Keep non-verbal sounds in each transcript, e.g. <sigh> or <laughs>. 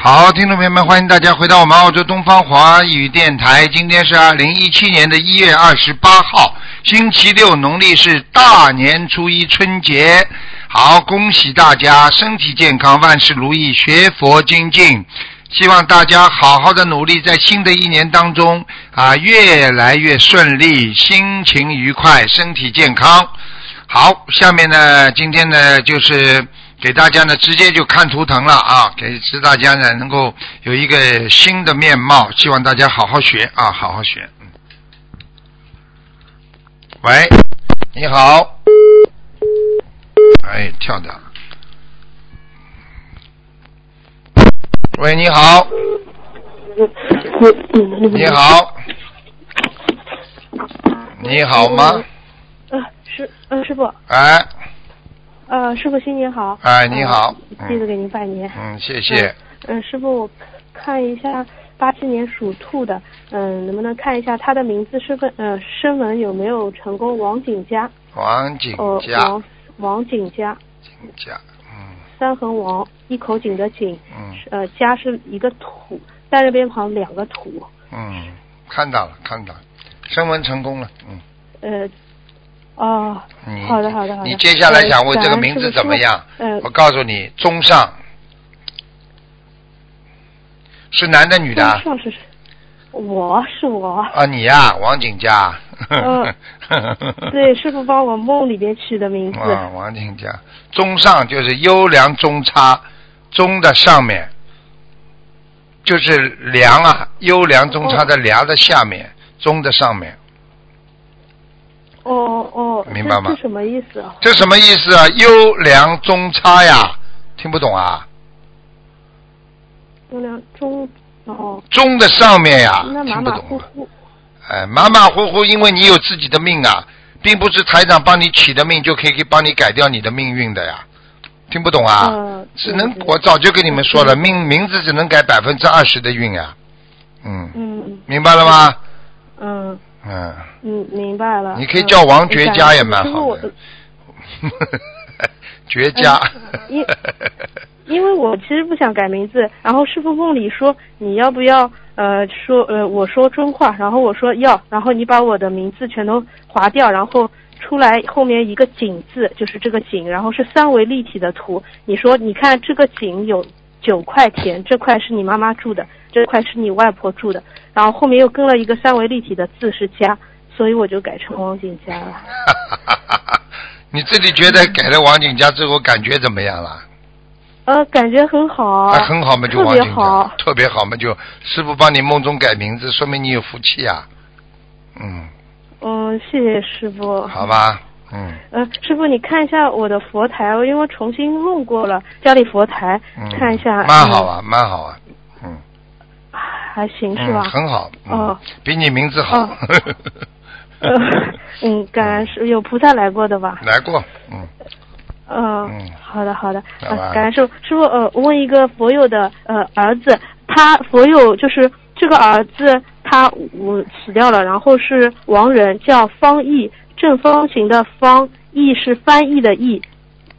好，听众朋友们，欢迎大家回到我们澳洲东方华语电台。今天是二零一七年的一月二十八号，星期六，农历是大年初一，春节。好，恭喜大家身体健康，万事如意，学佛精进。希望大家好好的努力，在新的一年当中啊，越来越顺利，心情愉快，身体健康。好，下面呢，今天呢，就是给大家呢，直接就看图腾了啊，给使大家呢能够有一个新的面貌，希望大家好好学啊，好好学。嗯喂，你好。哎，跳的。喂，你好，你你，好，你好吗？呃，师呃师傅，哎，呃师傅新年好。哎，你好，弟嗯，子给您拜年。嗯，谢谢。嗯，师傅，我看一下八七年属兔的，嗯，能不能看一下他的名字身份呃声纹有没有成功？王景佳，王景呃佳，王王景佳，景佳，嗯三横王，一口井的井，嗯呃家是一个土，单人边旁两个土，嗯，看到了，看到了，升温成功了，嗯，呃，哦，你好的好的好的。你接下来想问呃这个感恩名字师傅怎么样？师傅呃我告诉你，中上，是男的女的啊？上是谁我是我，啊，你呀、王景佳。 <laughs> 嗯对，师傅帮我梦里边取的名字。啊，王景佳，中上就是优良中差，中的上面就是良啊，优良中差的良的下面，中的上面，哦哦哦，明白吗这这什么意思啊？这什么意思啊？优良中差呀，听不懂啊？优良中哦，中的上面呀，那马听不马懂虎啊。虎。哎，马马虎虎，因为你有自己的命啊，并不是台长帮你起的命就可以可以帮你改掉你的命运的呀，听不懂啊？嗯只能对对我早就跟你们说了，命名字只能改百分之二十的运啊，嗯，嗯明白了吗？嗯嗯， <laughs> 嗯，明白了。你可以叫王绝佳也蛮嗯好感觉的，绝佳嗯因。因为我其实不想改名字，然后师傅梦里说你要不要呃说呃我说真话，然后我说要，然后你把我的名字全都划掉，然后呃出来后面一个井字，就是这个井，然后是三维立体的图。你说你看这个井有九块田，这块是你妈妈住的，这块是你外婆住的，然后后面又跟了一个三维立体的字是家，所以我就改成王景 <laughs> 家了。 <laughs> 你自己觉得改了王景佳之后感觉怎么样了？呃，感觉很好，还很好嘛，就特王别景佳好，，特别好嘛，就师傅帮你梦中改名字，说明你有福气啊。嗯，嗯，谢谢师傅。好吧，嗯，呃，师傅，你看一下我的佛台，因为我重新弄过了家里佛台，嗯看一下。蛮好啊，蛮好啊，嗯，嗯，还行是嗯，吧？很好，嗯哦，比你名字好 <laughs> 哦，呃嗯，感恩是有菩萨来过的吧？来过，嗯，嗯嗯好的好的，好吧呃、感恩师傅。师傅，呃，我问一个佛友的呃儿子，他佛友就是这个儿子他我死掉了，然后是亡人，叫方毅，正方形的方，毅是翻译的毅，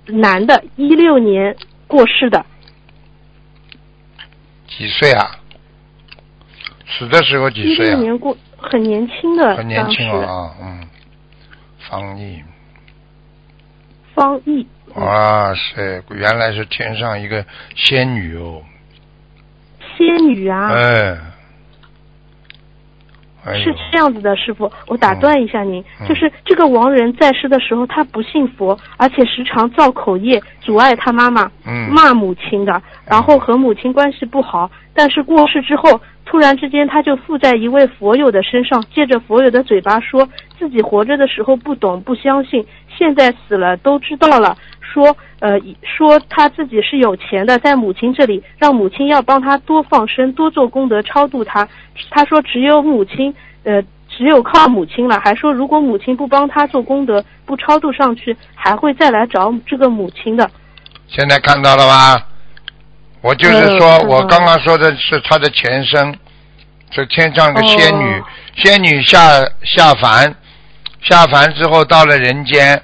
男的，一六年过世的，几岁啊？死的时候几一岁六啊？年过很年轻的，很年轻当时啊，啊嗯，方毅，方毅，哇塞，原来是天上一个仙女哦，仙女啊，哎，哎呦是这样子的，师傅，我打断一下您，嗯就是这个亡人在世的时候，他不信佛，而且时常造口业，阻碍他妈妈，嗯，骂母亲的，然后和母亲关系不好。但是过世之后，突然之间他就附在一位佛友的身上，借着佛友的嘴巴说自己活着的时候不懂不相信，现在死了都知道了，说呃说他自己是有钱的，在母亲这里，让母亲要帮他多放生，多做功德超度他。他说只有母亲呃。只有靠母亲了，还说如果母亲不帮他做功德，不超度上去，还会再来找这个母亲的。现在看到了吧？我就是说，嗯看到我了刚刚说的是她的前身，是天上个仙女，哦仙女下下凡，下凡之后到了人间，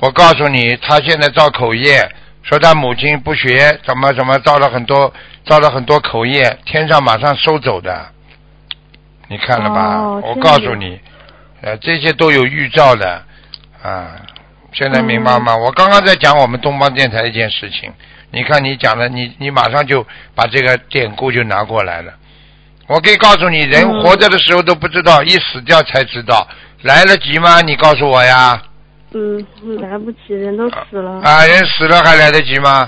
我告诉你，她现在造口业，说他母亲不学，怎么怎么造了很多造了很多口业，天上马上收走的。你看了吧？哦我这告样诉你，呃，这些都有预兆的啊。现在明白吗？我刚刚在讲我们东方电台的一件事情，你看你讲的，你你马上就把这个典故就拿过来了。我可以告诉你，人嗯活着的时候都不知道，一死掉才知道，来得及吗？你告诉我呀。嗯，来不及，人都死了。啊，人死了还来得及吗？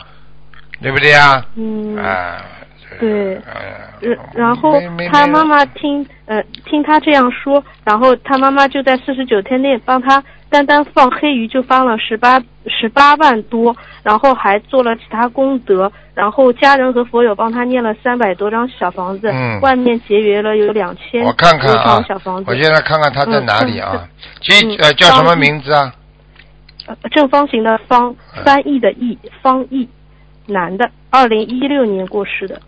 对不对呀？嗯，啊，对哎呀然然后没没他没妈妈听呃听他这样说，然后他妈妈就在四十九天内帮他单单放黑鱼就放了十八十八万多，然后还做了其他功德，然后家人和佛友帮他念了三百多张小房子，嗯外面节约了有两千我看看多啊张小房，子我。现在看看他在哪里啊？几呃嗯叫什么方名字啊？呃正方形的方嗯，翻译的译，方译，男的，二零一六年过世的。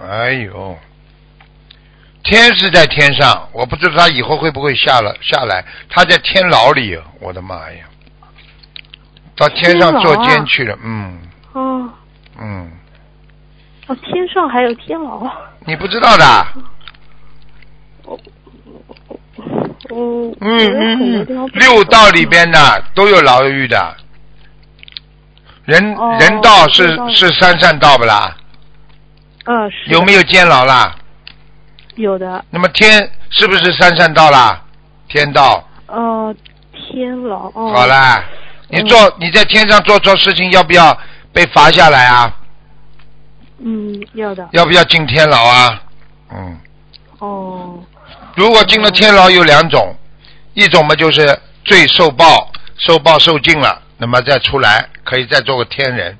哎呦，天是在天上，我不知道他以后会不会下了下来。他在天牢里，啊我的妈呀，到天上做天牢啊监去了。嗯哦，嗯，哦，天上还有天牢啊。你不知道的啊。嗯嗯嗯，嗯，六道道里边的都有牢狱的，人、哦人道是六道是三善道不啦？嗯，是的有没有监牢啦？有的？那么天是不是三善道啦？天道，呃，天牢哦，好，啦，你嗯做、你在天上做错事情，要不要被罚下来啊？嗯，要的要不要进天牢啊？嗯，哦，如果进了天牢有两种，一种嘛就是罪受报，受报受尽了，那么再出来可以再做个天人；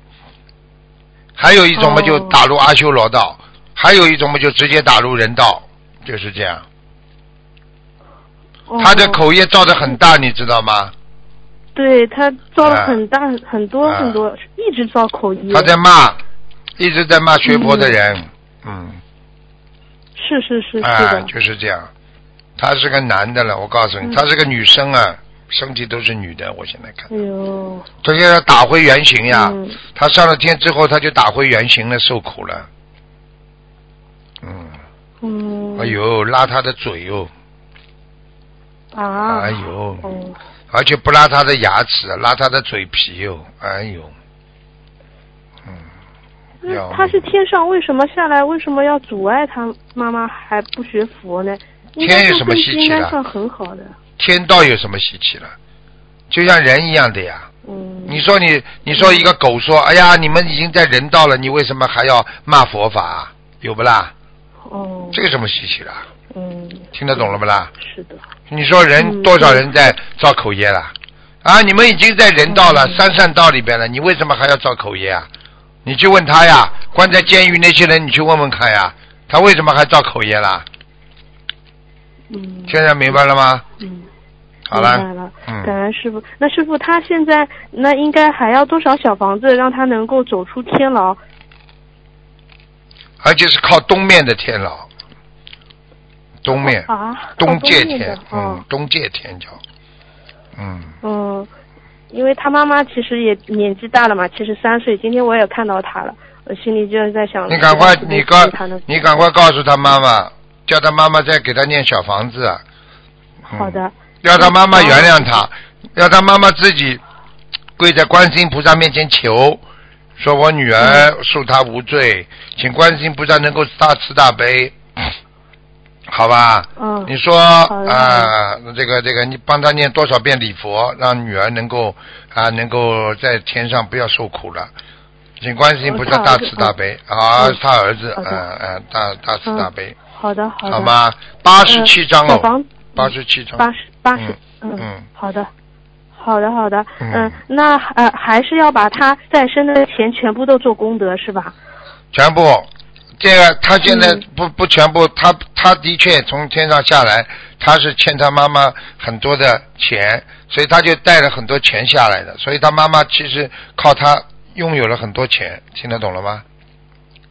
还有一种嘛哦就打入阿修罗道，还有一种嘛就直接打入人道，就是这样。哦他的口业造的很大，你知道吗？对他造啊了很大很多啊很多，一直造口业，他在骂，一直在骂学佛的人，嗯，是是是是啊，的，就是这样。他是个男的了，我告诉你，嗯他是个女生啊，身体都是女的，我现在看。哎呦，他现在打回原形呀。嗯他上了天之后，他就打回原形了，受苦了。嗯，嗯，哎呦，拉他的嘴哟，啊，哎呦哦，而且不拉他的牙齿，啊拉他的嘴皮哟，哎呦，嗯，要那他是天上为什么下来？为什么要阻碍他妈妈还不学佛呢？应该天有说什么根稀基奇应该的算很好的，天道有什么稀奇了？就像人一样的呀。嗯，你说你，你说一个狗说，哎呀，你们已经在人道了，你为什么还要骂佛法啊？有不啦？哦，这有什么稀奇的？嗯，听得懂了不啦？是的，你说人嗯多少人在造口业了？啊，你们已经在人道了、嗯三善道里边了，你为什么还要造口业啊？你去问他呀，关在监狱那些人，你去问问看呀，他为什么还造口业啦？嗯，现在明白了吗？嗯，好明白了，了，感嗯，恩师傅。那师傅他现在那应该还要多少小房子让他能够走出天牢？而且是靠东面的天牢，东面，啊，东界面天的，嗯哦，，东界天桥，嗯，嗯，因为他妈妈其实也年纪大了嘛，七十三岁。今天我也看到他了，我心里就是在想，你赶快，希望你师傅告给他能，你赶快告诉他妈妈，叫他妈妈再给他念小房子啊。嗯好的，嗯要他妈妈原谅他，要他妈妈自己跪在观世音菩萨面前求，说我女嗯儿恕她无罪，请观世音菩萨能够大慈大悲，嗯好吧？嗯，你说好的啊、这个这个，你帮他念多少遍礼佛，让女儿能够啊、能够在天上不要受苦了。请观世音菩萨哦大他儿慈子大悲啊嗯，他儿子，好嗯的嗯，大大慈大悲，好的，好的，嗯好？吗？八十七章小哦，房八十七章，八十八十，嗯嗯嗯，好的。好的，好的，嗯嗯，那呃，还是要把他再生的钱全部都做功德，是吧？全部。这个他现在嗯不、不全部，他他的确从天上下来，他是欠他妈妈很多的钱，所以他就带了很多钱下来的，所以他妈妈其实靠他拥有了很多钱，听得懂了吗？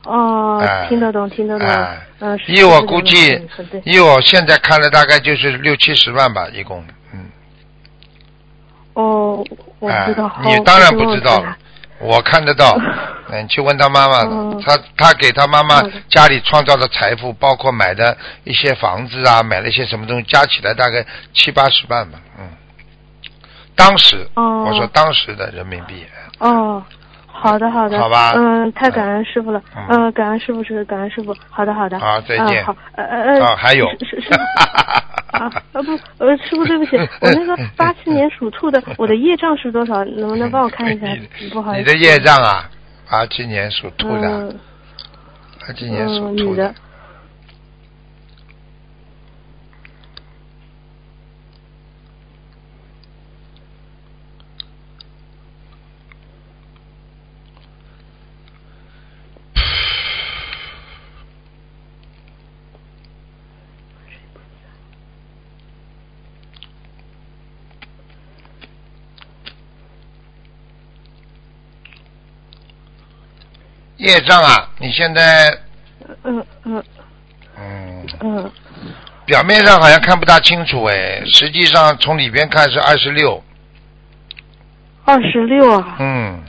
哦哎，听得懂，听得懂哎，嗯，是依我是估的计嗯很对，因为我现在看了大概就是六七十万吧，一共，嗯，哦，我哎知道。好，你我当然回不知头我道再了来，我看得 <laughs> 到。嗯，你去问他妈妈的哦，嗯他他给他妈妈好的家里创造的财富，包括买的一些房子啊，买了一些什么东西，加起来大概七八十万吧，嗯。当时，哦我说当时的人民币，哦，好的好的，好吧嗯，太感恩师傅了，嗯嗯、感恩师傅是感恩师傅，好的好的，好再见嗯、好，呃呃呃，啊还有是是是。啊啊不，呃，师傅对 <laughs> 不起，我那个八七年属兔的，我的业障是多少？能不能帮我看一下 <laughs> 你？不好意你思，的业障啊，八七年属兔的，嗯八七年属嗯，兔女的，业障啊，你现在嗯嗯嗯，嗯，表面上好像看不大清楚哎，实际上从里边看是二十六，二十六啊，嗯，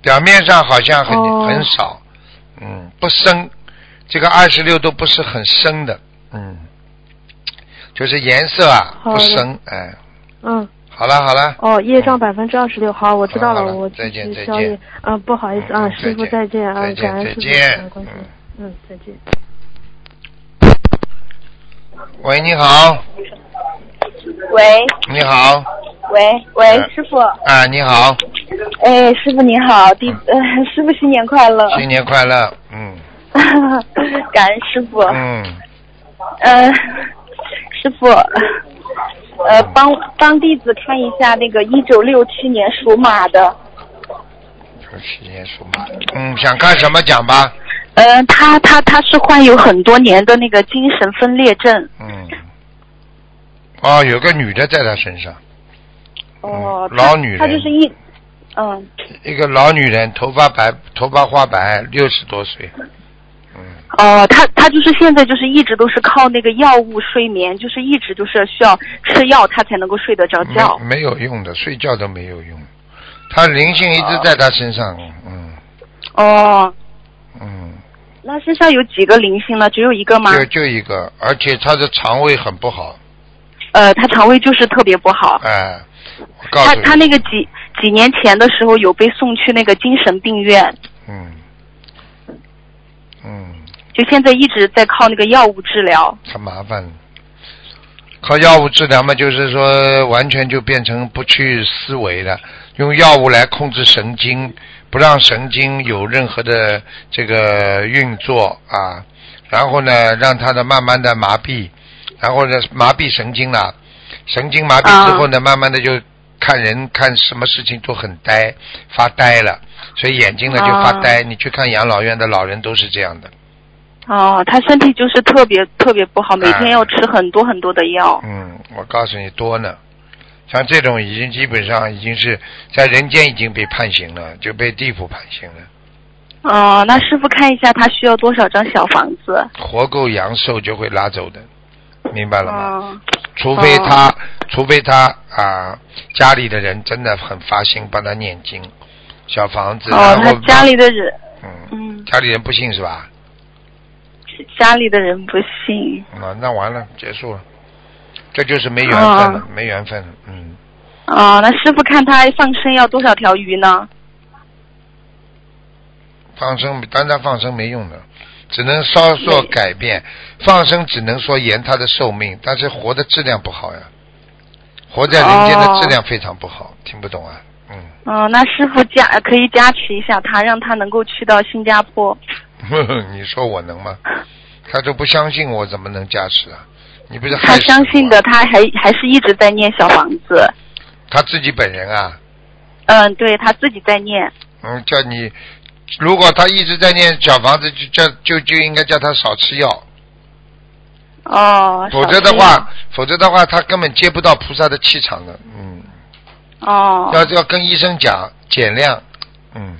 表面上好像很、哦很少，嗯，不深，这个二十六都不是很深的，嗯，就是颜色啊好不的深，哎，嗯好了好了，哦，业障百分之二十六，好，我知嗯好道了好了我再见去再消见业。啊，不好意思啊，嗯嗯师傅再再见见啊再，见感恩再师傅，见感恩关心嗯，嗯，再见。喂，你好，喂你好，喂喂哎，师傅，啊，你好，哎，师傅您好，弟子、呃师傅新年快乐，嗯新年快乐，嗯 <laughs> 感恩师傅，嗯，呃，师傅，呃，嗯帮帮弟子看一下那个一九六七年属马的，新年属马，嗯，想看什么讲吧，呃，他他他是患有很多年的那个精神分裂症，嗯，哦，有个女的在他身上，哦，嗯他老女人他就是一，嗯，一个老女人，头发白，头发花白，六十多岁，嗯，哦，他他就是现在就是一直都是靠那个药物睡眠，就是一直就是需要吃药他才能够睡得着觉。没没有用的，睡觉都没有用，他灵性一直在他身上，啊嗯哦，嗯，那身上有几个灵性呢？只有一个吗？就就一个，而且他的肠胃很不好，呃，他肠胃就是特别不好。哎，我告他诉你，他那个几几年前的时候有被送去那个精神病院，嗯嗯，就现在一直在靠那个药物治疗。很麻烦。靠药物治疗嘛，就是说完全就变成不去思维了，用药物来控制神经，不让神经有任何的这个运作啊。然后呢，让他的慢慢的麻痹，然后呢麻痹神经了，神经麻痹之后呢，慢慢的就看人看什么事情都很呆，发呆了，所以眼睛呢就发啊呆。你去看养老院的老人都是这样的，哦，他身体就是特别特别不好，每哎天要吃很多很多的药。嗯，我告诉你多呢，像这种已经基本上已经是在人间已经被判刑了，就被地府判刑了。嗯哦，那师傅看一下他需要多少张小房子？活够阳寿就会拉走的，明白了吗？哦，除非他，除非他啊、家里的人真的很发心帮他念经，小房子，哦，然他后家里的人，嗯，嗯，家里人不信是吧？家里的人不信。啊，那完了，结束了，这就是没缘分了，哦没缘分了，嗯，哦，那师傅看他放生要多少条鱼呢？放生单单放生没用的，只能稍作对改变。放生只能说延他的寿命，但是活的质量不好呀，活在人间的质量非常不好，听不懂啊？嗯，嗯、那师傅加可以加持一下他，让他能够去到新加坡。嗯 <laughs> 你说我能吗？他都不相信我，怎么能加持啊？你不是害他死相我信啊的，，他还还是一直在念小房子。他自己本人啊，嗯，对他自己在念。嗯，叫你，如果他一直在念小房子，就叫就就应该叫他少吃药，哦，否则的话，否则的话，他根本接不到菩萨的气场的，嗯。少吃药，哦，要要跟医生讲减量，嗯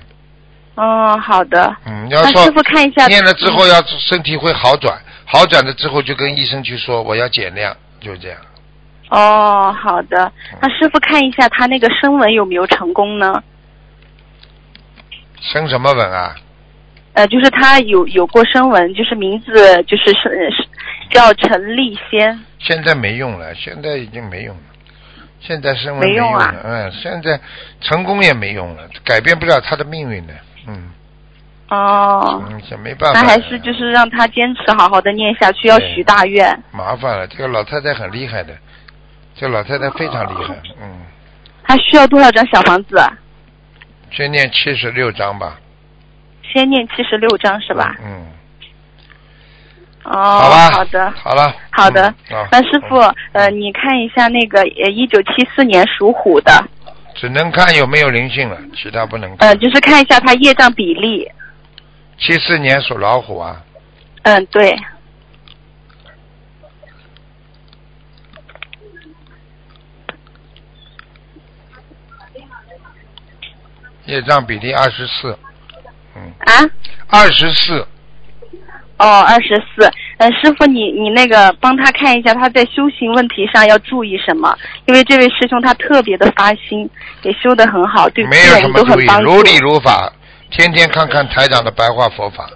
哦，好的。嗯，要那说师傅看一下，嗯念了之后要身体会好转，好转了之后就跟医生去说我要减量，就这样。嗯哦，好的。嗯那师傅看一下他那个声纹有没有成功呢？生什么纹啊？呃，就是他有有过声纹，就是名字就是是是叫陈立先。现在没用了，现在已经没用了，现在生纹没用用了，啊嗯，现在成功也没用了，改变不了他的命运的，嗯，哦，嗯，这没办法的，那还是就是让他坚持好好的念下去，要对许大愿。麻烦了。这个老太太很厉害的，这老太太非常厉哦害，嗯，他需要多少张小房子啊？先念七十六章吧，先念七十六张是吧？嗯，哦，好吧，好的，好了，好的嗯好。那师傅，呃，你看一下那个呃，一九七四年属虎的，只能看有没有灵性了，其他不能呃，看。就是看一下他业障比例。七四年属老虎啊，嗯，对，业障比例二十四，嗯，啊，二十四，哦，二十四。呃，师傅，你你那个帮他看一下他在修行问题上要注意什么，因为这位师兄他特别的发心，也修得很好，对没别有什人么都注很意，帮助。如理如法，天天看看台长的白话佛法，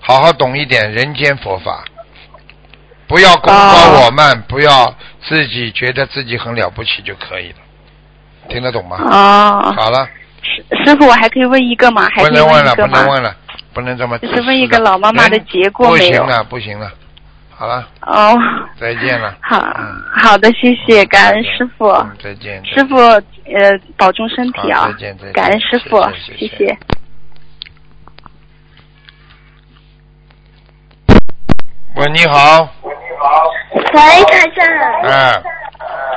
好好懂一点人间佛法，不要功高我慢，哦不要自己觉得自己很了不起就可以了，听得懂吗？哦，好了，师师傅，我还可以问一个吗？不还可以能问问了，一不个能吗？问了，不能这么自就私是了。问一个老妈妈的人结果不没行有？了，不行了，好了，哦，再见了。好嗯好的，谢谢，感恩再见师傅，嗯再见，师傅呃保重身体好啊再见再见，感恩师傅，谢谢谢谢谢谢。喂，你好，喂，台长。嗯，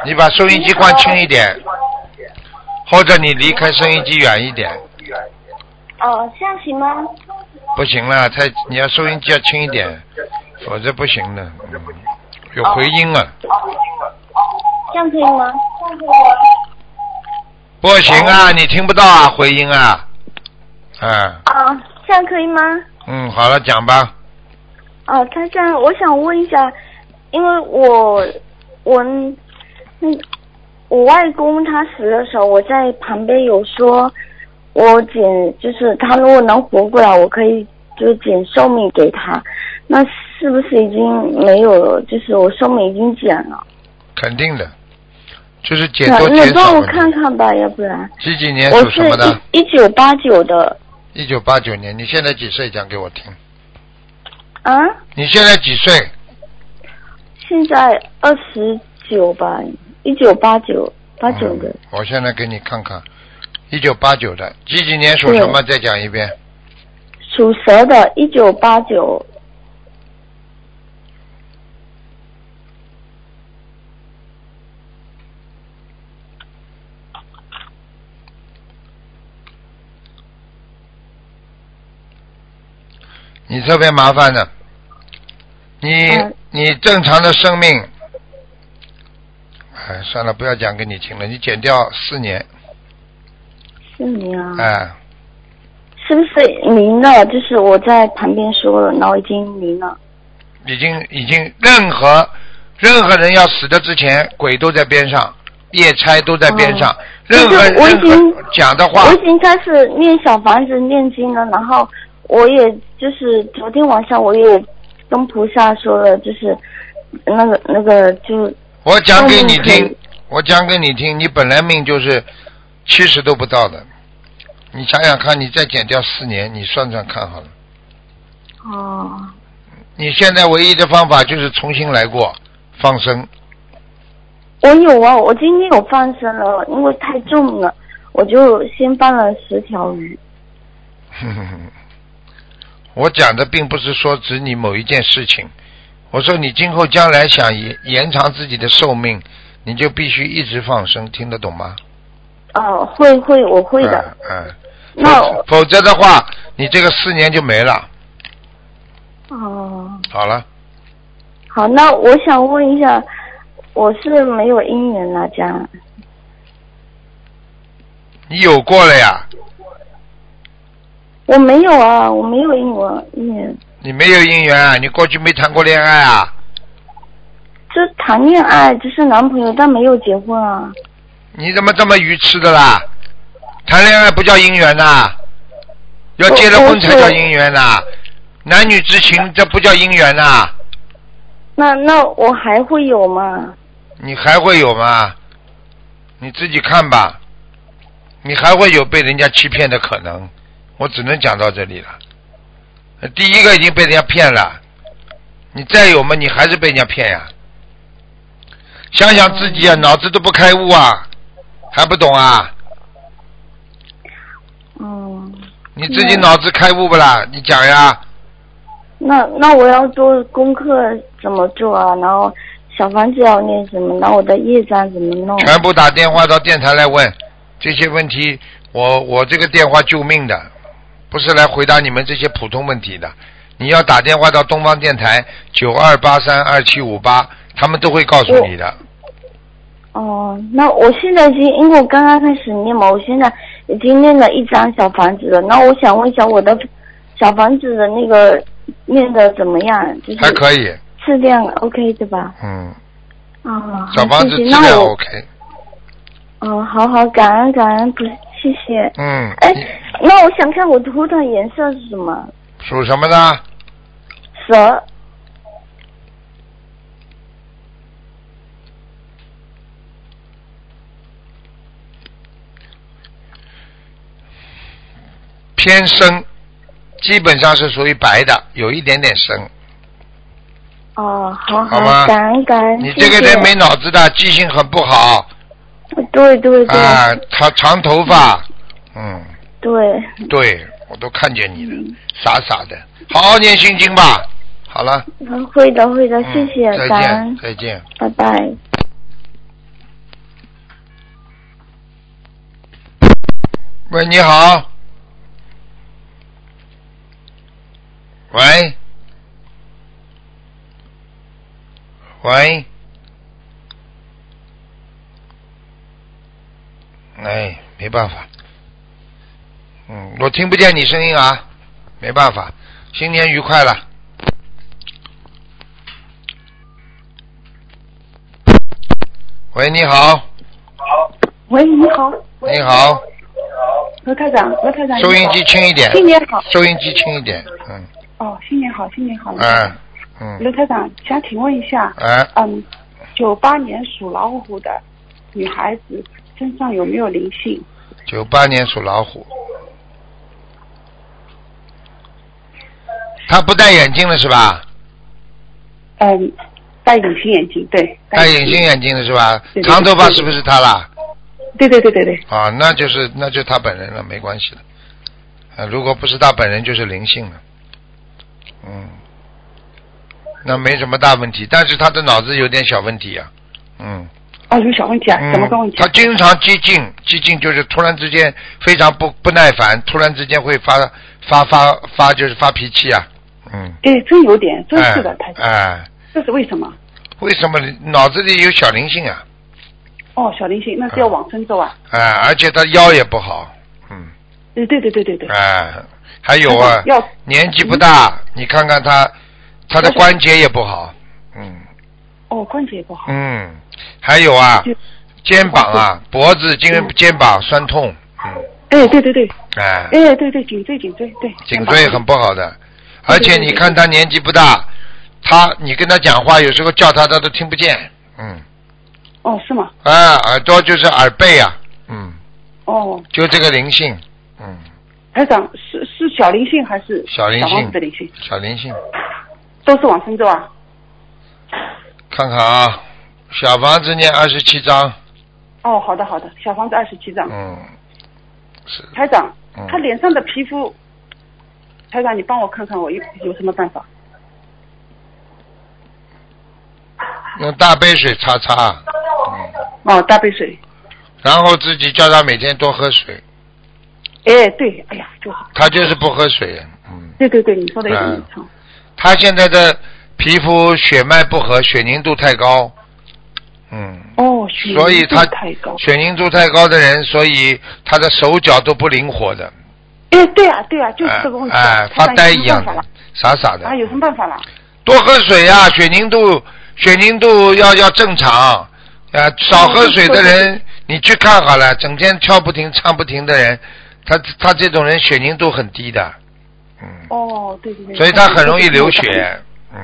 你把收音机关轻一点，或者你离开收音机远一点，哦，这样行吗？不行了，太你要收音机要轻一点，否则不行的，嗯，有回音啊，哦这样可以吗？不行啊，你听不到啊，回音啊，啊，哦，这样可以吗？嗯，好了，讲吧，哦，台长，我想问一下，因为我我那我外公他死的时候，我在旁边有说，我减就是他如果能活过来，我可以就是减寿命给他。那是不是已经没有了？就是我寿命已经减了。肯定的，就是解那多那减少帮我问题看看吧，要不然几几年我属什是么的？一一九八九的一九八九年，你现在几岁？讲给我听。啊。你现在几岁？现在二十九吧，一九八九八九的嗯，我现在给你看看，一九八九的，几几年属什么？再讲一遍。属蛇的，一九八九。你特别麻烦的，你、嗯你正常的生命，哎，算了，不要讲给你听了，你减掉四年，是你啊？哎，是不是您了？就是我在旁边说了，然后已经您了。已经已经任何任何人要死的之前，鬼都在边上，夜差都在边上，任何哦就是我已任经何讲的话我已经开始念小房子念经了，然后我也就是昨天晚上我也跟菩萨说了，就是那个那个就我讲给你那你可听以，我讲给你听，你本来命就是七十都不到的，你想想看，你再减掉四年，你算算看好了。哦你现在唯一的方法就是重新来过，放生。我有啊，我今天有放生了，因为太重了，我就先放了十条鱼。 <laughs> 我讲的并不是说指你某一件事情，我说你今后将来想延延长自己的寿命，你就必须一直放生，听得懂吗？哦，会会，我会的。嗯。嗯那否否则的话，你这个四年就没了。哦，好了，好，那我想问一下，我是没有姻缘啊，这样你有过了呀。我没有啊，我没有姻缘姻缘，啊你没有姻缘，你过去没谈过恋爱啊？就谈恋爱，只是男朋友，但没有结婚啊。你怎么这么愚痴的啦？谈恋爱不叫姻缘呐、要结了婚才叫姻缘呐、男女之情这不叫姻缘呐、那那我还会有吗？你还会有吗？你自己看吧，你还会有被人家欺骗的可能。我只能讲到这里了。呃第一个已经被人家骗了，你再有嘛，你还是被人家骗呀、想想自己啊，脑子都不开悟啊，还不懂啊？嗯，你自己脑子开悟不啦？你讲呀，那那我要做功课怎么做啊？然后小房子要念什么？然后我的业障怎么弄？全部打电话到电台来问这些问题。我我这个电话救命的，不是来回答你们这些普通问题的。你要打电话到东方电台九二八三二七五八，他们都会告诉你的。哦，那我现在已经，因为我刚刚开始念嘛，我现在已经念了一张小房子了。那我想问一下，我的小房子的那个念的怎么样？就是还可以，质量 OK 对吧？嗯，啊、好小房子谢质谢量那我 OK，嗯，好好，感恩感恩，不谢谢。嗯，哎你，那我想看我图腾颜色是什么？属什么的？蛇。偏深，基本上是属于白的，有一点点深。哦，好好吗感恩感恩。你谢这个谢人没脑子的，记性很不好对对对、啊，长长头发，嗯，对，对我都看见你了，傻傻的，好好念心经吧。好了，嗯会的会的，嗯谢谢，再感见恩，，再见。拜拜。喂，你好。喂，喂，哎，没办法，嗯，我听不见你声音啊，没办法，新年愉快了。喂，你好，喂，你好，你好，罗台长，罗台长，收音机轻一点，新年好，收音机轻一点，嗯。哦，新年好，新年好，哎，嗯，罗台长，想请问一下，哎，嗯，九八年属老虎的女孩子身上有没有灵性？九八年属老虎，他不戴眼镜了是吧？嗯，戴隐形眼镜，对，戴隐形，眼镜了是吧对？对长头发对是不是他啦？对对对对对，啊，那就是那就他本人了，没关系的。啊，如果不是他本人，就是灵性了。嗯，那没什么大问题，但是他的脑子有点小问题呀、嗯。哦，有小问题啊，怎么跟我嗯，讲他？经常激进，激进就是突然之间非常不不耐烦，突然之间会发发发发就是发脾气啊，嗯，哎，真有点，真是的，哎台、长，哎，这是为什么？为什么脑子里有小灵性啊？哦，小灵性，那嗯是要往生咒啊？哎，而且他腰也不好，嗯，对对对对对对，哎，还有啊，要年纪不大，你看看他，他的要是关节也不好，嗯哦，关节不好，嗯，还有啊就，肩膀啊，脖子肩肩膀酸痛，嗯，哎，对对对，哎。哎，对对，颈椎颈椎，对，颈肩膀椎很不好的，而对且对你对看他年纪不大，他你跟他讲话有时候叫他他都听不见，嗯，哦，是吗？啊，耳朵就是耳背啊，嗯，哦，就这个灵性，嗯，台长是是小灵性还是小灵性房子的灵性？小灵性，都是往生咒啊？看看啊，小房子念二十七章，哦，好的好的，小房子二十七张。嗯，是，台长，嗯他脸上的皮肤，台长你帮我看看我有有什么办法？用大杯水擦擦，嗯哦，大杯水。然后自己叫他每天多喝水，哎，对，哎呀，就好。他就是不喝水，嗯，对对对，你说的有点没错。他现在的皮肤血脉不和，血凝度太高，嗯。哦，血所以凝度他太高。血凝度太高的人，所以他的手脚都不灵活的，哎，对啊对啊，就是哎这个问题啊。哎，发台长呆有一什么样办法的啦，傻傻的啊，。有什么办法啦？多喝水呀、血凝度血凝度要要正常，呃，少喝水的哦人，你去看好了，整天跳不停、唱不停的人，他他这种人血凝度很低的，嗯，哦，对对对。所以他很容易流血，嗯，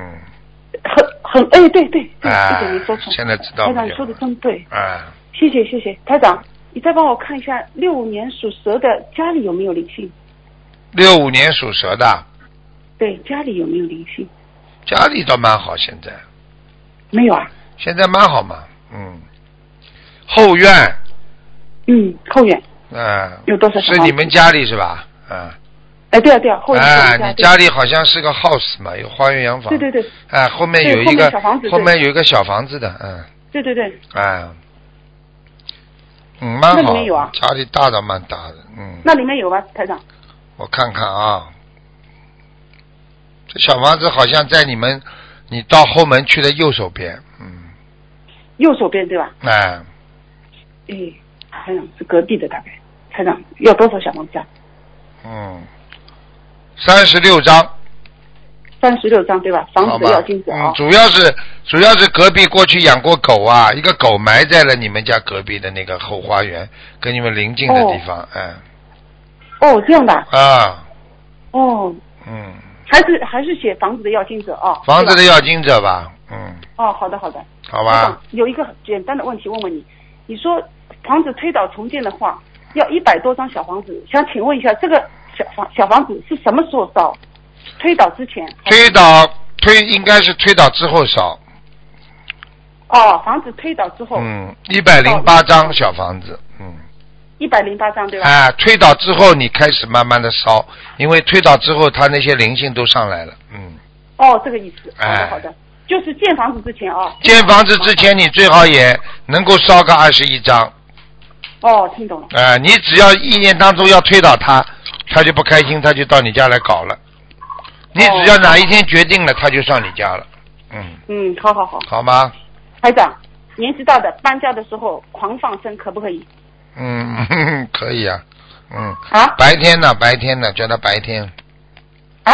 很。很很哎，对对对，啊这个你说错。现在知道台没长，你有说的真对，啊，谢谢谢谢台长。你再帮我看一下，六五年属蛇的家里有没有灵性？六五年属蛇的，对，家里有没有灵性？家里倒蛮好，现在没有啊。现在蛮好嘛，嗯，后院，嗯，后院。啊，有多少是房你们家里是吧？啊，哎，对啊对啊，后院。啊，后院你家里好像是个 house 嘛，有花园洋房，对对对啊，后面有对后一面个小房子后对面有一个小房子的，嗯。对对对，哎，嗯，蛮那里好，面有啊家里大倒蛮大的，嗯，那里面有吧，台长？我看看啊，这小房子好像在你们你到后门去的右手边，嗯，右手边对吧？哎，哎，台长是隔壁的大概。台长要多少小房子啊？嗯，三十六张，三十六张对吧？好房子吧要金子，嗯，。啊主要是主要是隔壁过去养过狗啊，一个狗埋在了你们家隔壁的那个后花园，跟你们邻近的地方，哎，哦，这样的啊。啊，哦，嗯，还是还是写房子的要金子啊。房子的对吧要经者吧，嗯，哦，好的好的。好台吧长，有一个很简单的问题问问你，你说房子推倒重建的话，要一百多张小房子，想请问一下，这个小房小房子是什么时候烧？推倒之前？还是推倒推应该是推倒之后少，哦，房子推倒之后，嗯，一百零八张小房子，嗯，一百零八张对吧？啊，推倒之后你开始慢慢的烧，因为推倒之后它那些灵性都上来了，嗯，哦，这个意思。好哎的好的，就是建房子之前啊。建房子之前你最好也能够烧个二十一张，哦，听懂了。啊，你只要意念当中要推倒它，它就不开心，它就到你家来搞了，你只要哪一天决定了，它就上你家了，嗯，嗯，好好好，好吗？台长，年纪大的搬家的时候狂放声可不可以？嗯， <laughs> 可以啊，嗯，啊白天呢，白天呢，叫他白天。啊！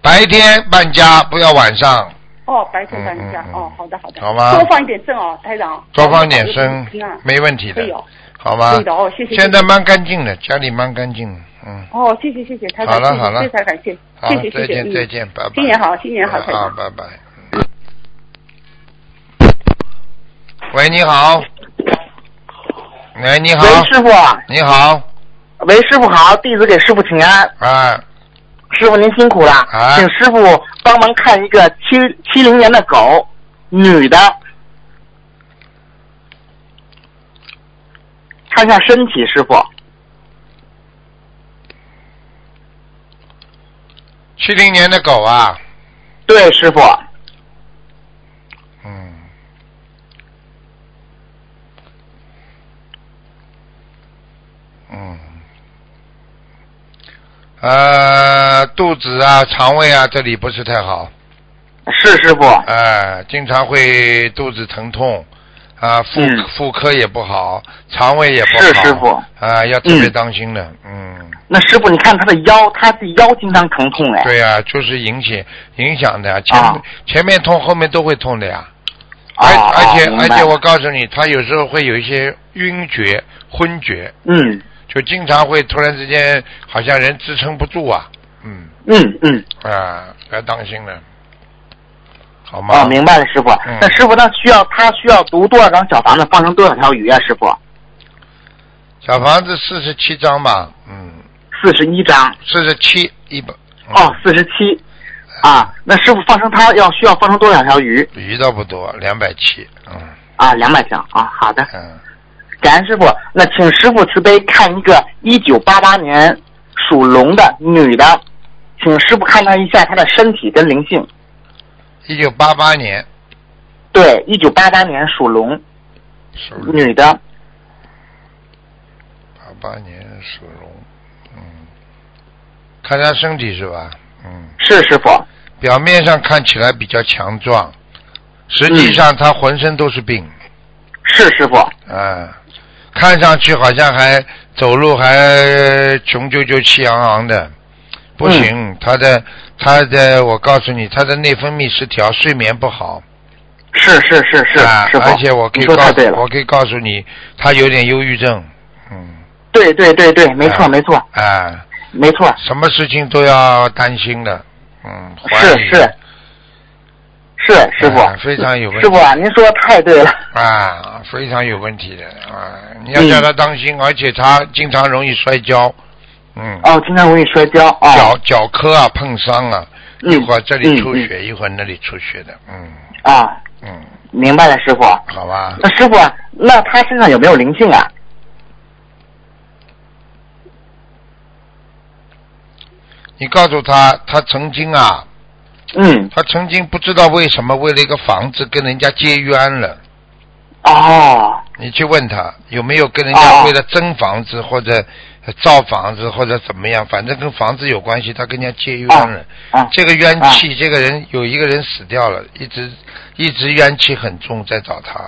白天搬家，不要晚上，哦，白天搬家嗯嗯嗯哦，好的好的，好吧多放一点声哦，台长，多放点声听啊，，没问题的可以哦，好吗可以的哦谢谢？现在蛮干净的，家里蛮干净的，嗯，哦，谢谢谢谢，台好长，了谢谢好了非常感谢，好谢谢，再谢谢，见嗯再见拜拜新年好，新年好，台啊，长。拜拜。喂，你好。喂，你好喂，，师傅啊，你好，喂，师傅好，弟子给师傅请安，啊，师傅您辛苦了，啊请师傅帮忙看一个七七零年的狗，女的，看一下身体，师傅，七零年的狗啊，对，师傅，嗯，嗯，呃，肚子啊、肠胃啊，这里不是太好，是师傅，呃，经常会肚子疼痛，啊、妇嗯妇科也不好，肠胃也不好，是师傅啊、要特别嗯当心的，嗯，那师傅你看他的腰，他的腰经常疼痛哎，对呀、就是影响影响的呀，前、啊前面痛，后面都会痛的呀。啊，而啊而且明白而且我告诉你，他有时候会有一些晕厥、昏厥，嗯就经常会突然之间好像人支撑不住啊，嗯嗯嗯，啊，要当心了，好吗？哦，明白了，师傅，嗯那师傅他需要他需要读多少张小房子，放成多少条鱼啊，师傅？小房子四十七张吧，嗯，四十一张。四十七一百。嗯哦，，四十七。啊，那师傅放生他要需要放生多少条鱼嗯鱼倒不多，两百七，嗯啊？两百条啊，好的，嗯，感恩师傅。那请师傅慈悲看一个一九八八年属龙的女的，请师傅看她一下她的身体跟灵性。一九八八年对，一九八八年属龙属嗯龙，女的，八八年属龙，嗯，看他身体是吧？嗯，是师傅。表面上看起来比较强壮，实际上他浑身都是病是师傅，啊，看上去好像还走路还雄赳赳气昂昂的，不行，他的他的我告诉你，他的内分泌失调，睡眠不好，是是是是，啊师，傅，而且我可你以说告太对了，我可以告诉你，他有点忧郁症，嗯，对对对对，没错啊没错啊，没错，什么事情都要担心的，嗯，怀是疑是是师傅啊，非常有问题师傅啊，您说的太对了，啊，非常有问题的啊，你要叫他当心，而且他经常容易摔跤，嗯，嗯哦，经常容易摔跤脚哦，脚磕啊碰伤啊，嗯一会儿这里出嗯血，一会儿那里出血的，嗯啊，嗯，明白了，师傅。好吧，那师傅啊，那他身上有没有灵性啊？你告诉他，他曾经啊，嗯，他曾经不知道为什么为了一个房子跟人家结冤了。哦，你去问他有没有跟人哦家哦为了争房子或者造房子或者怎么样，反正跟房子有关系，他跟人家结冤了。啊，这个冤气，这个人有一个人死掉了，一直一直冤气很重，在找他，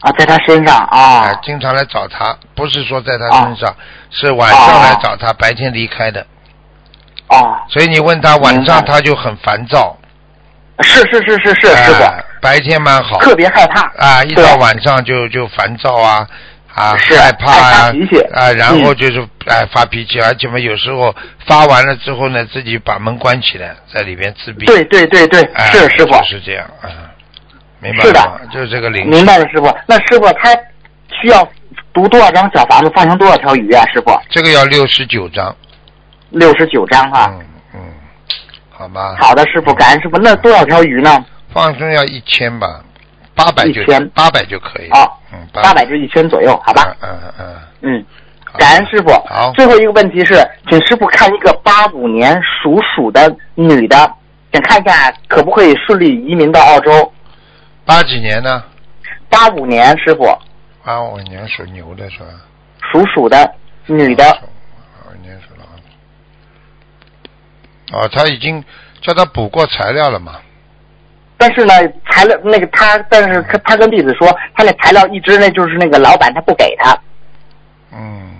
啊，在他身上啊哎，经常来找他，不是说在他哦身上，是晚上来哦找他，白天离开的。哦，所以你问他晚明白上了他就很烦躁，是是是是是，师哎傅白天蛮好，特别害怕啊，一对到晚上就就烦躁啊，啊，是害怕爱发啊脾气，啊，然后嗯就是哎发脾气，而且嘛，有时候发完了之后呢，自己把门关起来，在里边自闭。对对对对，哎，是师就傅，是这样啊，明白是的了吗？就是这个灵明白了，师傅。那师傅他需要读多少张小房子，放生多少条鱼啊？师傅，这个要六十九章，六十九张哈。嗯嗯，好吧，啊好的，师傅，感恩师傅。那多少条鱼啊呢？放松要一千吧，八百就1000八百就可以了，哦嗯，八百至一千左右，好吧？嗯嗯嗯，嗯，好感恩师傅。好，最后一个问题是，请师傅看一个八五年属鼠的女的，请看一下可不可以顺利移民到澳洲。八几年呢？八五年，师傅八五年属牛的是吧？属鼠的女的，二年属老鼠哦，他已经叫他补过材料了嘛？但是呢，材料那个他，但是他他跟弟子说，他那材料一直那就是那个老板他不给他。嗯，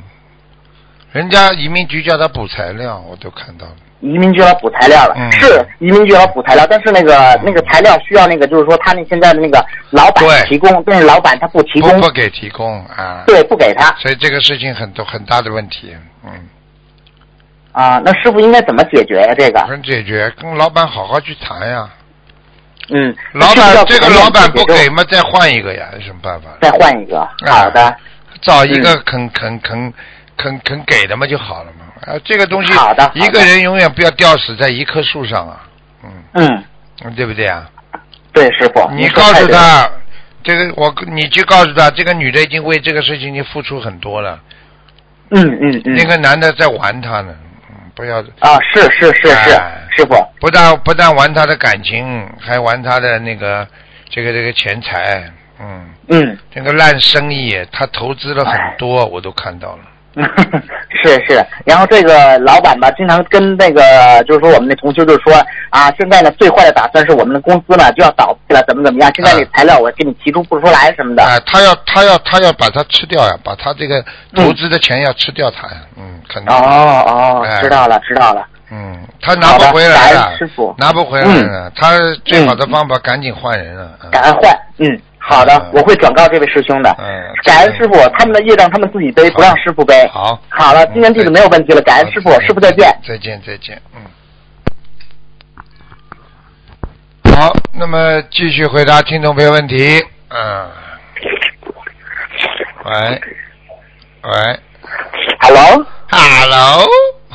人家移民局叫他补材料，我都看到了。移民局要补材料了，嗯是移民局要补材料，但是那个、那个材料需要那个，就是说他那现在的那个老板对提供，但是老板他不提不供，不给提供啊。。对，不给他所以这个事情很多很大的问题，嗯，啊、那师傅应该怎么解决呀、这个，很解决，跟老板好好去谈呀。嗯，老师傅板要这个怎么老板解决不给啊嘛，再换一个呀，有什么办法？再换一个，好的，找一嗯个肯肯肯肯肯给的嘛就好了嘛。啊，这个东西，好的好的一个人永远不要吊死在一棵树上啊，嗯，嗯，嗯对不对啊？对，师傅，你您哦说告太诉对了，他，这个我跟你去告诉他，这个女的已经为这个事情已经付出很多了，嗯嗯嗯，那个男的在玩她呢，嗯不要啊，是是是是，哎师傅，不但不但玩她的感情，还玩她的那个这个这个钱财，嗯，嗯， <laughs> 这个烂生意，他投资了很哎多，我都看到了。是是，然后这个老板吧，经常跟那个就是说我们的同修就是说啊，现在呢最坏的打算是我们的公司呢就要倒闭了，怎么怎么样？现在这嗯材料我给你提出不出来什么的。哎，他要他要他要把它吃掉呀，把他这个投资的钱要吃掉它呀，嗯，肯定，嗯哦哦哎，知道了知道了，嗯，他拿不好的回来感了恩师傅，嗯拿不回来了，他最好的方法赶紧换人了，嗯感恩换，嗯，好嗯的，我会转告这位师兄的。嗯感恩师傅，他们的业障他们自己背，不让师傅背。好，嗯哎好嗯啊了，今天弟子没有问题了，感好恩师傅再，见师傅再见。再见，再见，嗯。嗯好，那么继续回答听众朋友问题。嗯。喂，喂 Hello， ，Hello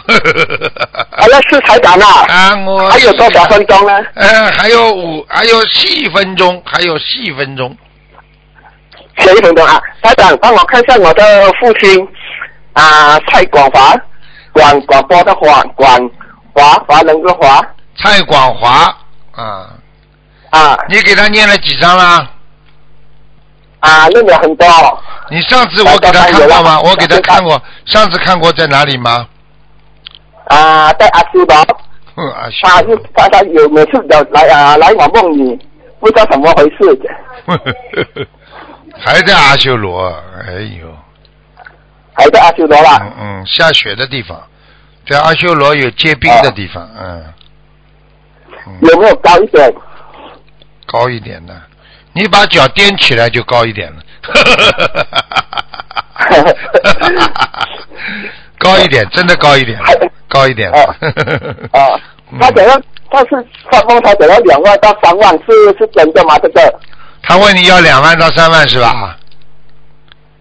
啊， <laughs> 那是台长啊，啊，我还有多少分？钟呢？呃，还有五，还有细分钟，还有细分钟。前一分钟啊，台长帮我看一下我的父亲啊，蔡广华，广广播的广广华华人的华蔡广华啊，啊你给他念了几张啦？啊，那有很多你上次我给他看过吗？我给他看过，上次看过在哪里吗？啊，在阿修罗，哼啊，笑他死又我他他有每次有来啊来我梦里，不知道怎么回事。 <laughs> 还在阿修罗，哎呦，还在阿修罗啦，嗯嗯，下雪的地方，在阿修罗有结冰的地方，嗯，嗯有没有高一点？高一点的。你把脚踮起来就高一点了。 <laughs> 高一点，真的高一点了，高一点 <laughs> 了。啊，嗯他讲要，他是发梦，他讲要两万到三万，是是真的吗？这个他问你要两万到三万是吧？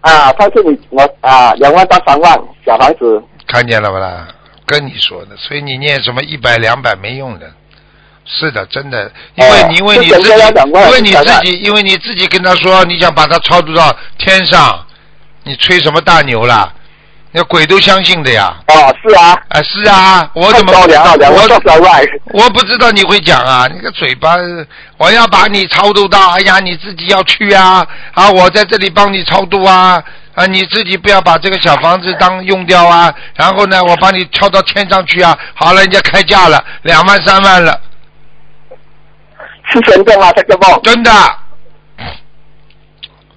啊，他是你我啊，两万到三万小房子看见了不啦？跟你说的，所以你念什么一百两百没用的。是的，真的，因为哦你因为你就自整己，个要两万因为你两自万己，因为你自己跟他说你想把他超度到天上，你吹什么大牛啦？那鬼都相信的呀！哦，是啊，啊，是啊，我太怎么高了啊，两万到我三万，我不知道你会讲啊，你个嘴巴，我要把你超度到，哎呀，你自己要去啊，啊，我在这里帮你超度啊，啊，你自己不要把这个小房子当用掉啊，然后呢，我帮你超到天上去啊，好了，人家开价了，两万三万了，是真的吗？这个梦真的，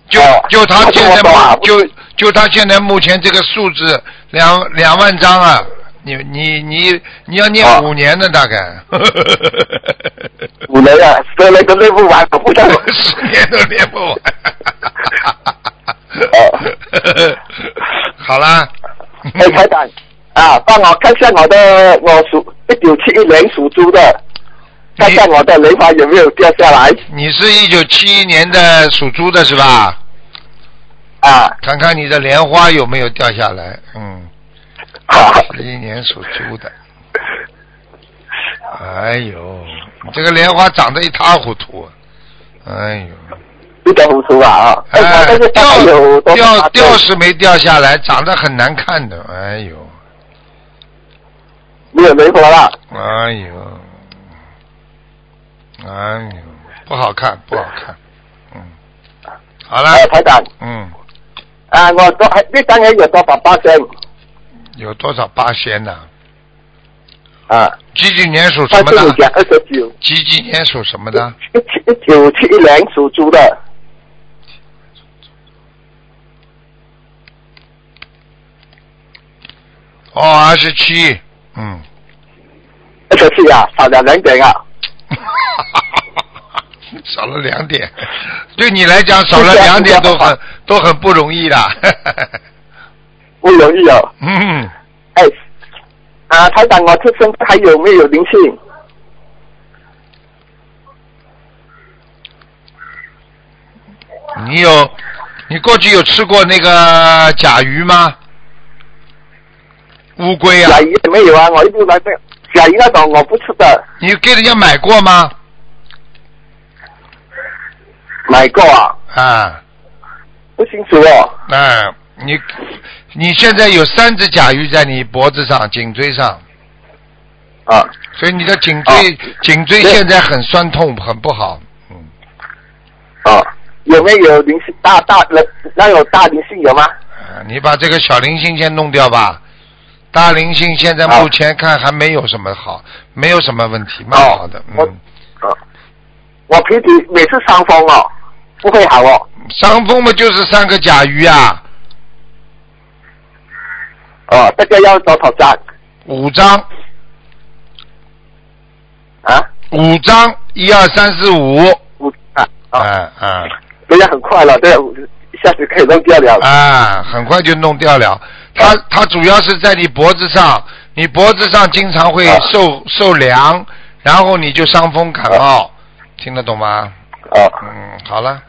就哦就他那这现么在多啊目就就他现在目前这个数字两两万张啊，你你你你要念哦五年的大概。 <laughs> 五年啊，十年都累不完，我 <laughs> 不知道。十年都练不完。好啦，哎，台长啊，帮我看一下我的，我属一九七一年属猪的，看看我的雷法有没有掉下来你是一九七一年的属猪的是吧？啊？ <laughs> 看看你的莲花有没有掉下来。嗯，啊七一年属猪的。哎呦，你这个莲花长得一塌糊涂。啊哎呦，比较糊涂啊啊！哎，我哎这个，大概有掉多少掉张掉是没掉下来，长得很难看的。哎呦，没有雷法了。哎呦，哎呦，不好看，不好看，嗯，好了，哎，台长嗯，啊，我多还那当然有多少八千有多少八仙呢、啊？几几年属什他么跟你的？讲二十九，几几年属什么的？一七一九七一年属猪的哦，二十七，嗯， <laughs> 二十七啊，少了两点啊。少了两点，对你来讲少了两点都很都很不容易啦。不容易哦。 <laughs> 嗯，哎，啊，台长，我这身还有没有灵性？你有你过去有吃过那个甲鱼吗？乌龟啊甲，鱼没有啊，我一直来这甲鱼那种我不吃的，你给人家买过吗？买过啊，啊，不清楚哦。哎、你你现在有三只甲鱼在你脖子上、颈椎上，啊，所以你的颈椎、颈椎现在很酸痛，很不好。嗯，哦，有没有灵性？大大人那有大灵性有吗？啊，你把这个小灵性先弄掉吧。大灵性现在好目前看还没有什么好，没有什么问题，蛮好的。我嗯，哦，我脾气每次伤风哦，不会好哦。伤风嘛就是三个甲鱼啊，哦，这个要多少张五张，啊？五张，一二三四五，五啊啊啊，啊。这个很快了，这个一下子可以弄掉了。啊，很快就弄掉了。它它主要是在你脖子上，你脖子上经常会啊受、受凉，然后你就伤风感冒，听得懂吗？哦嗯，好了，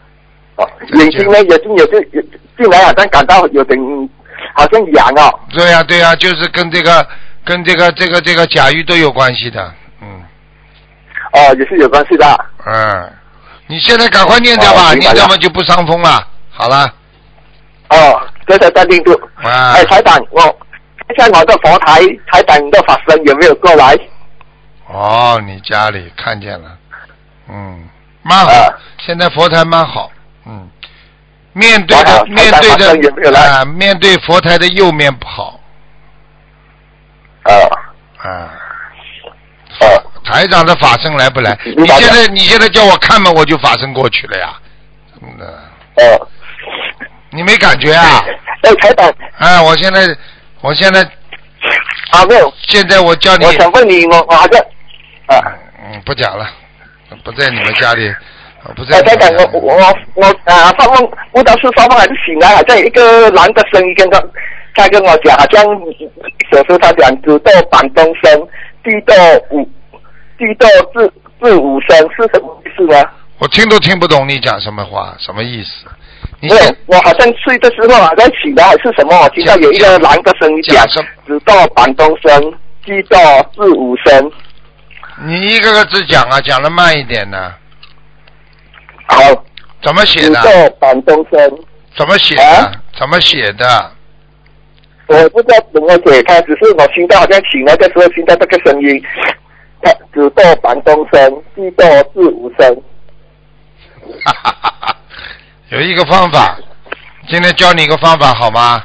哦，眼睛呢也是也是也近来好像感到有点好像痒哦。对呀、对呀、就是跟这个跟这个这个这个甲鱼都有关系的，嗯哦，也是有关系的。嗯，你现在赶快念掉吧，哦明白念了掉嘛就不伤风了。好了，哦，这个在印度。啊哎，，台长，我看一下我的佛台，台长你的法身有没有过来？哦，你家里看见了，嗯，蛮好，啊现在佛台蛮好，嗯，面对蛮的好面对台长马上也没的有来啊、面对佛台的右面不好呃啊、呃，台长的法身来不来？嗯你台长现在你现在叫我看嘛，我就法身过去了呀，嗯、呃，你没感觉啊？哎，台长哎，我现在我现在啊，没有，现在我哦叫你我，想问你，我我好像啊，嗯，不讲了，不在你们家里我不在呃，乎台长，我我我啊，发梦梦到是发梦还是醒来，好像一个男的声音跟他，他跟我讲，好像手术他讲只斗板东升，地斗五，地斗至至五升，是什么意思呢？我听都听不懂你讲什么话，什么意思？你因为讲我好像睡的时候好像醒来还是什么，我听到有一个男的声音讲讲什么，只斗板东升，地斗至五升。你一个个字讲啊，讲的慢一点呢、好，怎么写只的？斗板东升，怎么写的啊？怎么写的？ <laughs> 我不知道怎么解开，只是我听到好像醒来的时候听到这个声音，它只斗板东升，地斗至五升。哈哈哈哈有一个方法，今天教你一个方法好吗？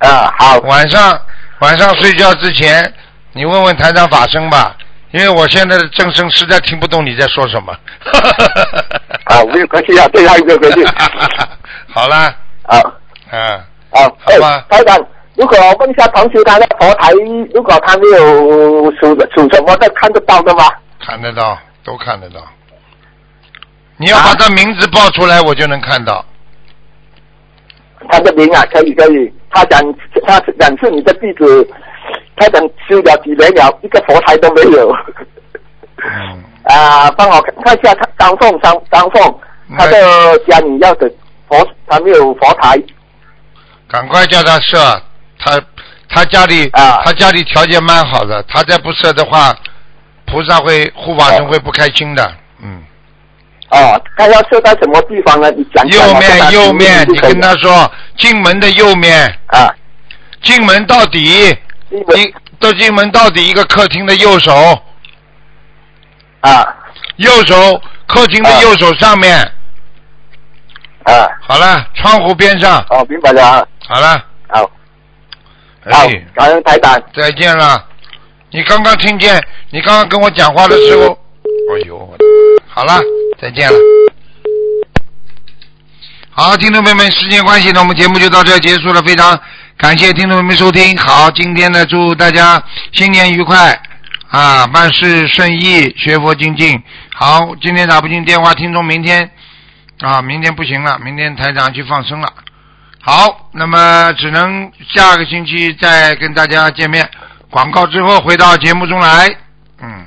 啊，好，晚上晚上睡觉之前，你问问台长法声吧，因为我现在的正声实在听不懂你在说什么。啊，没有关系啊，对啊，没有关系。 <laughs> 好啦，啊嗯，啊，好哎吧，台长，如果问一下同学他的佛台，如果他没有属属什么的，看得到的吗？看得到，都看得到。你要把他名字报出来，我就能看到。他的名啊，可以可以。他讲他讲是你的地址，他讲修了几年了，一个佛台都没有。嗯，啊，帮我看看一下他张凤张张凤，嗯他的家里要的佛，他没有佛台赶快叫他设，他他家里、啊他家里条件蛮好的，他再不设的话，菩萨会护法神哦会不开心的。嗯，哦，他要设在什么地方呢？你讲讲右我看面他右面，行你不行跟他说进门的右面，啊，进门到底，你们一到进门到底一个客厅的右手，啊右手客厅的啊右手上面，啊，好了，窗户边上，哦，明白了啊，好了，好，好哎，，感恩台长，再见了。你刚刚听见，你刚刚跟我讲话的时候，哎呦，我的好了，再见了。好，听众朋友们，时间关系呢，我们节目就到这儿结束了。非常感谢听众朋友们收听。好，今天呢，祝大家新年愉快啊，万事顺意，学佛精进。好，今天打不进电话，听众明天啊，明天不行了，明天台长去放生了。好，那么只能下个星期再跟大家见面。广告之后回到节目中来。嗯。